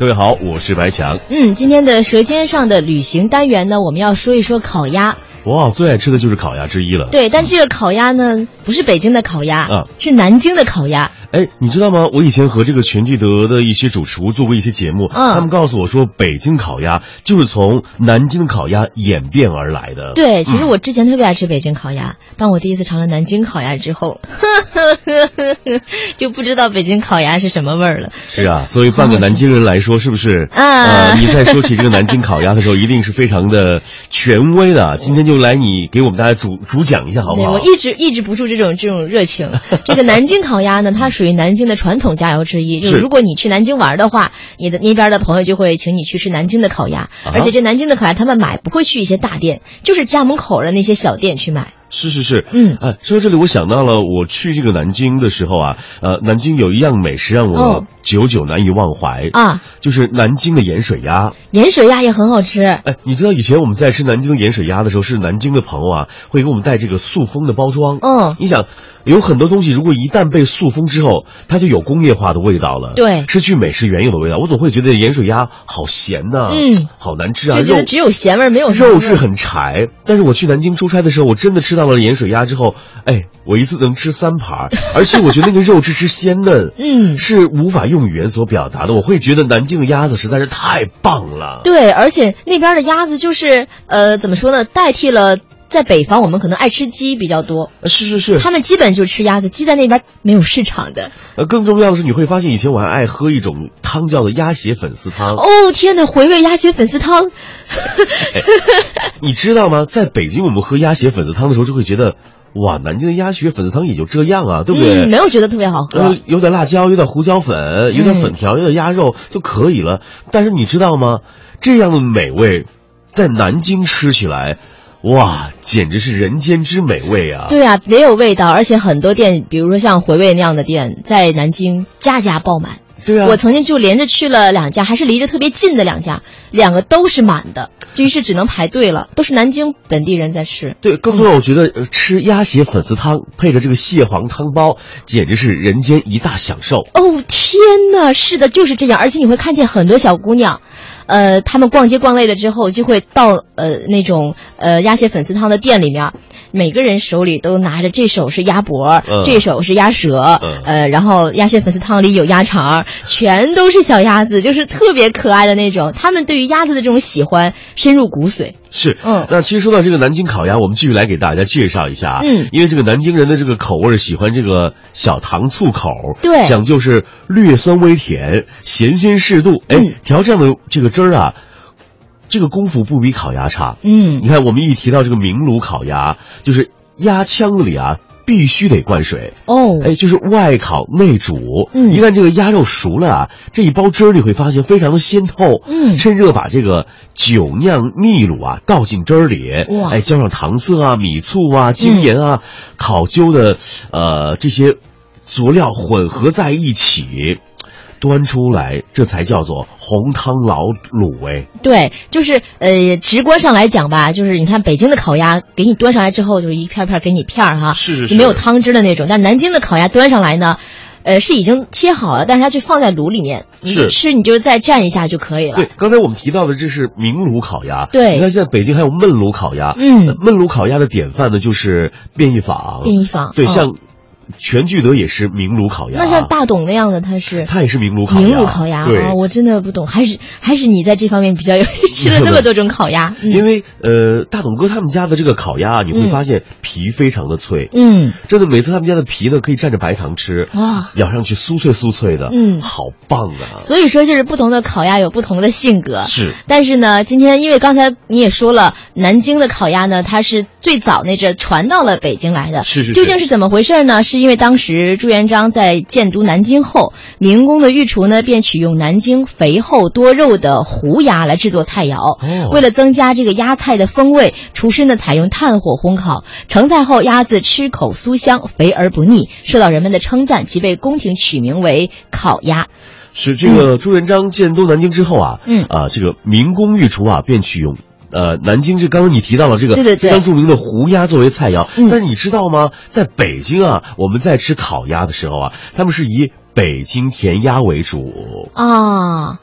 各位好，我是白强。嗯，今天的《舌尖上的旅行》单元呢，我们要说一说烤鸭。哇，最爱吃的就是烤鸭之一了。对，但这个烤鸭呢，不是北京的烤鸭，啊是南京的烤鸭。哎，你知道吗？我以前和这个全聚德的一些主厨做过一些节目，嗯他们告诉我说，北京烤鸭就是从南京的烤鸭演变而来的。对，其实我之前特别爱吃北京烤鸭，当我第一次尝了南京烤鸭之后， 就不知道北京烤鸭是什么味儿了。是啊，作为半个南京人来说，是不是？啊呃，你在说起这个南京烤鸭的时候，一定是非常的权威的。啊今天就来你给我们大家主主讲一下，好不嗯对好我？一直抑制不住这种这种热 情。这个南京烤鸭呢，它属于南京的传统佳肴之一。就是如果你去南京玩的话，你的那边的朋友就会请你去吃南京的烤鸭，啊而且这南京的烤鸭他们买不会去一些大店，就是家门口的那些小店去买。是是是，嗯啊，说到这里，我想到了我去这个南京的时候啊，呃，南京有一样美食让我哦久久难以忘怀啊，就是南京的盐水鸭。盐水鸭也很好吃。哎，你知道以前我们在吃南京的盐水鸭的时候，是南京的朋友啊会给我们带这个塑封的包装。嗯你想，有很多东西如果一旦被塑封之后，它就有工业化的味道了，对失去美食原有的味道。我总会觉得盐水鸭好咸呐、嗯，好难吃啊，就觉肉得只有咸味儿没有什么味肉儿，质很柴，但是我去南京出差的时候，我真的吃到了盐水鸭之后，哎，我一次能吃三盘儿，而且我觉得那个肉质之鲜嫩嗯是无法用语言所表达的。我会觉得南京的鸭子实在是太棒了。对，而且那边的鸭子就是呃，怎么说呢，代替了在北方我们可能爱吃鸡比较多。是是是，他们基本就吃鸭子，鸡在那边没有市场的。呃，更重要的是，你会发现以前我还爱喝一种汤叫做鸭血粉丝汤，哦天哪，回味鸭血粉丝汤，你知道吗？在北京我们喝鸭血粉丝汤的时候，就会觉得，哇，南京的鸭血粉丝汤也就这样啊，对不对？嗯，没有觉得特别好呃喝。，有点辣椒，有点胡椒粉，有点嗯粉条，有点鸭肉就可以了。但是你知道吗？这样的美味，在南京吃起来，哇，简直是人间之美味啊！对啊，也有味道，而且很多店，比如说像回味那样的店，在南京家家爆满。对啊，我曾经就连着去了两家，还是离着特别近的两家，两个都是满的，就于是只能排队了。都是南京本地人在吃，对，更重要，我觉得呃吃鸭血粉丝汤配着这个蟹黄汤包，简直是人间一大享受。哦天呐，是的，就是这样，而且你会看见很多小姑娘。呃，她们逛街逛累了之后，就会到呃那种呃鸭血粉丝汤的店里面，每个人手里都拿着这手是鸭脖，嗯这手是鸭舌，嗯呃，然后鸭血粉丝汤里有鸭肠，全都是小鸭子，就是特别可爱的那种。她们对于鸭子的这种喜欢深入骨髓。是，嗯那其实说到这个南京烤鸭，我们继续来给大家介绍一下啊，嗯因为这个南京人的这个口味儿喜欢这个小糖醋口，对讲究是略酸微甜，咸鲜适度，哎，嗯调这样的这个汁儿啊，这个功夫不比烤鸭差。嗯你看，我们一提到这个明炉烤鸭，就是鸭腔子里啊，必须得灌水。哦，哎，就是外烤内煮。嗯一旦这个鸭肉熟了啊，这一包汁儿你会发现非常的鲜透。嗯趁热把这个酒酿秘鲁啊倒进汁儿里，哇哎，浇上糖色啊、米醋啊、精嗯盐啊、考究的呃这些佐料混合在一起。端出来，这才叫做红汤老卤哎！对，就是呃，直观上来讲吧，就是你看北京的烤鸭给你端上来之后，就是一片片给你片儿哈，是是啊就没有汤汁的那种。但是南京的烤鸭端上来呢，呃，是已经切好了，但是它就放在炉里面，你是吃你就是再蘸一下就可以了。对，刚才我们提到的这是明炉烤鸭，对你看现在北京还有焖炉烤鸭，嗯，焖炉烤鸭的典范呢就是便宜坊，便宜坊对，嗯像全聚德也是明炉烤鸭，那像大董那样的它是它也是明炉烤鸭，明炉烤鸭对。啊，我真的不懂，还是还是你在这方面比较有 吃了那么多种烤鸭，因嗯为呃，大董哥他们家的这个烤鸭啊，你会嗯发现皮非常的脆，嗯，真的每次他们家的皮呢可以蘸着白糖吃，哇。咬上去酥脆酥脆的，嗯好棒啊！所以说，就是不同的烤鸭有不同的性格，是，但是呢，今天因为刚才你也说了，南京的烤鸭呢，它是最早那阵儿传到了北京来的。是是是究竟是怎么回事呢？是因为当时朱元璋在建都南京后，明宫的御厨呢便取用南京肥厚多肉的胡鸭来制作菜肴。哦为了增加这个鸭菜的风味，厨师呢采用炭火烘烤，成菜后鸭子吃口酥香，肥而不腻，受到人们的称赞，其被宫廷取名为烤鸭。是这个朱元璋建都南京之后啊，嗯啊，这个明宫御厨啊便取用。呃，南京这刚刚你提到了这个对对对非常著名的胡鸭作为菜肴，嗯但是你知道吗？在北京啊，我们在吃烤鸭的时候啊，他们是以北京甜鸭为主。啊，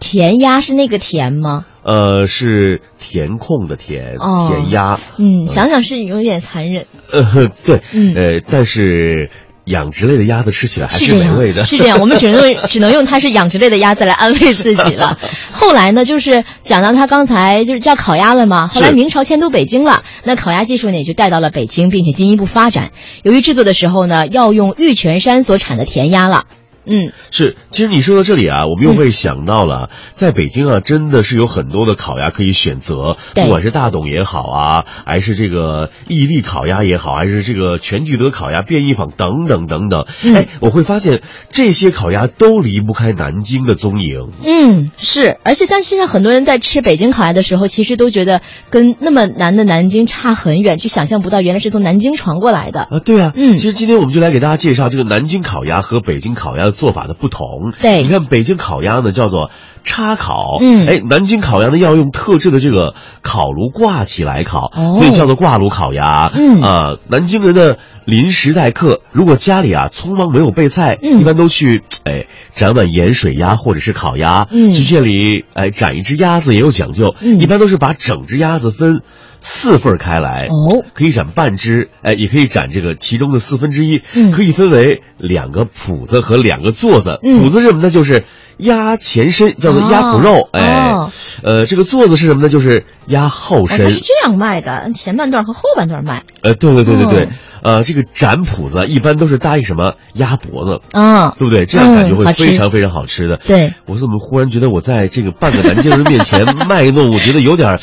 甜鸭是那个甜吗？呃，是填空的填，哦填鸭。嗯，想想是有点残忍，呃，对，嗯呃，但是养殖类的鸭子吃起来还是这美样味的。是这样，我们只能 用只能用它是养殖类的鸭子来安慰自己了。后来呢，就是讲到它刚才就是叫烤鸭了嘛，后来是明朝迁都北京了，那烤鸭技术呢也就带到了北京，并且进一步发展。由于制作的时候呢，要用玉泉山所产的甜鸭了，嗯，是，其实你说到这里啊，我们又会想到了，在北京啊，真的是有很多的烤鸭可以选择，对不管是大董也好啊，还是这个屹立烤鸭也好，还是这个全聚德烤鸭、便宜坊等等等等。嗯哎，我会发现这些烤鸭都离不开南京的踪影。嗯，是，而且但现在很多人在吃北京烤鸭的时候，其实都觉得跟那么南的南京差很远，就想象不到原来是从南京传过来的。啊，对啊，嗯其实今天我们就来给大家介绍这个南京烤鸭和北京烤鸭的做法的不同。对你看北京烤鸭呢叫做叉烤，嗯哎，南京烤鸭呢要用特制的这个烤炉挂起来烤，哦所以叫做挂炉烤鸭。嗯啊、南京人呢临时待客，如果家里啊匆忙没有备菜，嗯一般都去哎斩碗盐水鸭或者是烤鸭，嗯去这里哎斩一只鸭子也有讲究，嗯一般都是把整只鸭子分四份儿开来。哦，可以斩半只，哎，也可以斩这个其中的四分之一，嗯可以分为两个脯子和两个座子。嗯脯子是什么呢？就是鸭前身，叫做鸭脯肉，哦哎，哦呃，这个座子是什么呢？就是鸭后哦，身。它是这样卖的，按前半段和后半段卖。呃，对对对对对，哦呃，这个斩脯子一般都是搭一什么鸭脖子，啊、对不对？这样感觉嗯会好吃非常非常好吃的。对，我怎么忽然觉得我在这个半个南京人面前卖弄，我觉得有点儿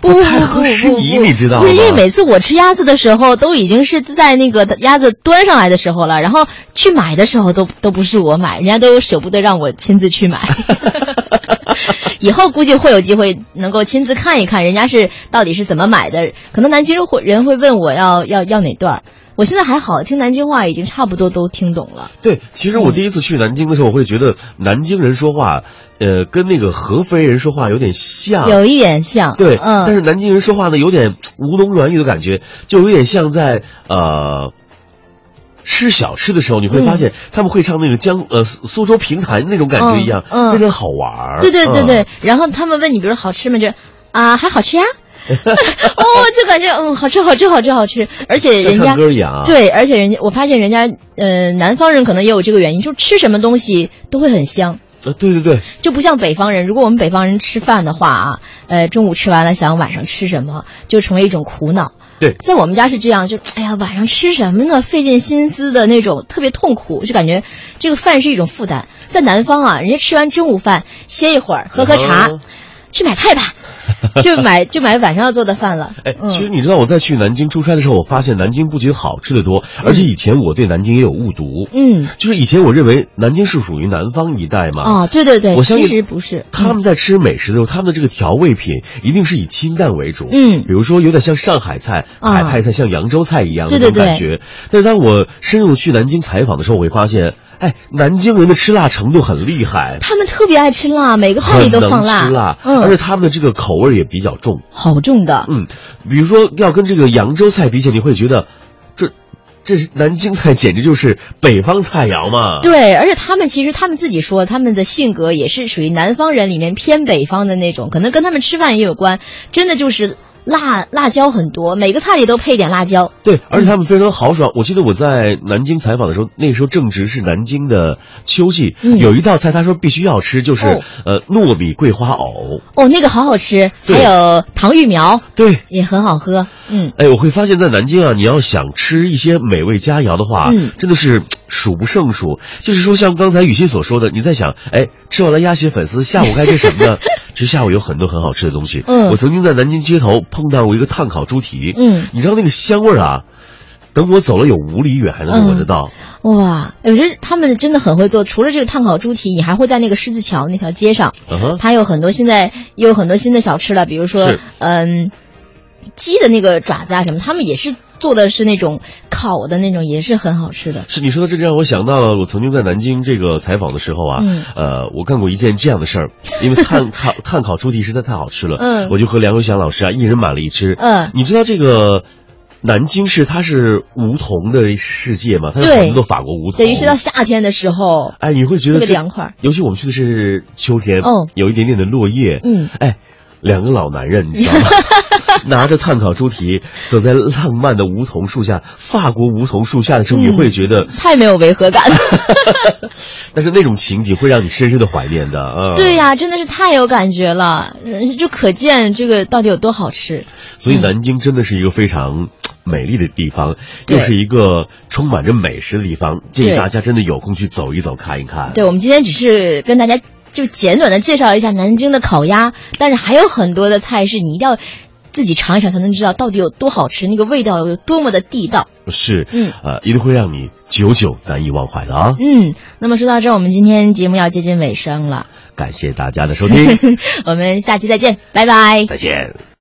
不不太合不时不宜，不你知道吗？不是因为每次我吃鸭子的时候，都已经是在那个鸭子端上来的时候了，然后去买的时候都都不是我买，人家都舍不得让我亲自 去买。以后估计会有机会能够亲自看一看人家是到底是怎么买的。可能南京人会人会问我要要要哪段儿，我现在还好，听南京话已经差不多都听懂了。对，其嗯实我第一次去南京的时候，我会觉得南京人说话，呃，跟那个合肥人说话有点像。有一点像，啊对，嗯，但是南京人说话呢，有点吴侬软语的感觉，就有点像在呃。吃小吃的时候，你会嗯发现他们会唱那个江呃苏苏州评弹那种感觉一样，嗯嗯非常好玩儿。对对对嗯对，然后他们问你，比如好吃吗？就是啊，还好 吃呀。哦，就感觉嗯，好吃，好吃，好吃，好吃，而且人像家唱歌一样啊。对，而且人家我发现人家呃，南方人可能也有这个原因，就吃什么东西都会很香，呃，对对对，就不像北方人。如果我们北方人吃饭的话啊，呃，中午吃完了想晚上吃什么，就成为一种苦恼。对在我们家是这样，就哎呀，晚上吃什么呢？费尽心思的那种，特别痛苦，就感觉这个饭是一种负担。在南方啊，人家吃完中午饭歇一会儿，喝喝茶，嗯去买 菜吧，就买就买晚上要做的饭了。哎，嗯其实你知道我在去南京出差的时候，我发现南京不仅好吃的多，而且以前我对南京也有误读。嗯，就是以前我认为南京是属于南方一带嘛，哦，对对对，啊我相其信实不是，嗯他们在吃美食的时候，他们的这个调味品一定是以清淡为主，嗯比如说有点像上海菜、啊海派菜，像扬州菜一样对那对种感觉。但是当我深入去南京采访的时候，我会发现，哎，南京人的吃辣程度很厉害，他们特别爱吃辣，每个菜里很都能放吃辣，而且嗯，他们的这个口味也比较重。好重的，嗯，比如说要跟这个扬州菜比起来，你会觉得这。这是南京菜，简直就是北方菜肴嘛！对，而且他们其实他们自己说，他们的性格也是属于南方人里面偏北方的那种，可能跟他们吃饭也有关，真的就是辣辣椒很多，每个菜里都配一点辣椒。对，而且他们非常豪爽。我记得我在南京采访的时候，那个时候正值是南京的秋季，嗯有一道菜他说必须要吃，就是、哦呃糯米桂花藕。哦，那个好好吃，还对有糖芋苗对，也很好喝。嗯，哎，我会发现在南京啊，你要想吃一些美味佳肴的话，嗯真的是嘖数不胜数。就是说，像刚才雨欣所说的，你在想，哎，吃完了鸭血粉丝，下午该吃什么呢？ 其实下午有很多很好吃的东西。嗯我曾经在南京街头碰到过一个炭烤猪蹄，嗯你知道那个香味儿啊，等我走了有五里远还能闻得嗯到。哇，我觉得他们真的很会做，除了这个炭烤猪蹄，你还会在那个狮子桥那条街上，嗯哼。它有很多现在也有很多新的小吃了，比如说是嗯，鸡的那个爪子啊什么，他们也是做的是那种烤的那种，也是很好吃的。是你说的这，让我想到了我曾经在南京这个采访的时候啊，嗯呃，我干过一件这样的事儿，因为 炭烤炭烤猪蹄实在太好吃了，嗯我就和梁永祥老师啊一人买了一只，嗯你知道这个南京市它是梧桐的世界嘛，它有对很多法国梧桐，对，于是到夏天的时候，哎，你会觉特得别这凉快儿。尤其我们去的是秋天，哦有一点点的落叶，嗯，哎，两个老男人，你知道吗？ 拿着炭烤猪蹄，走在浪漫的梧桐树下，法国梧桐树下的时候，嗯你会觉得，太没有违和感了。但是那种情景会让你深深的怀念的啊。对、呀、真的是太有感觉了，嗯就可见这个到底有多好吃。所以南京真的是一个非常。美丽的地方，对又是一个充满着美食的地方，建议对大家真的有空去走一走、看一看。对，我们今天只是跟大家就简短的介绍一下南京的烤鸭，但是还有很多的菜是你一定要自己尝一尝才能知道到底有多好吃，那个味道有多么的地道。是，嗯呃，一定会让你久久难以忘怀的啊！嗯，那么说到这儿，我们今天节目要接近尾声了， 感谢大家的收听，我们下期再见，拜拜。再见。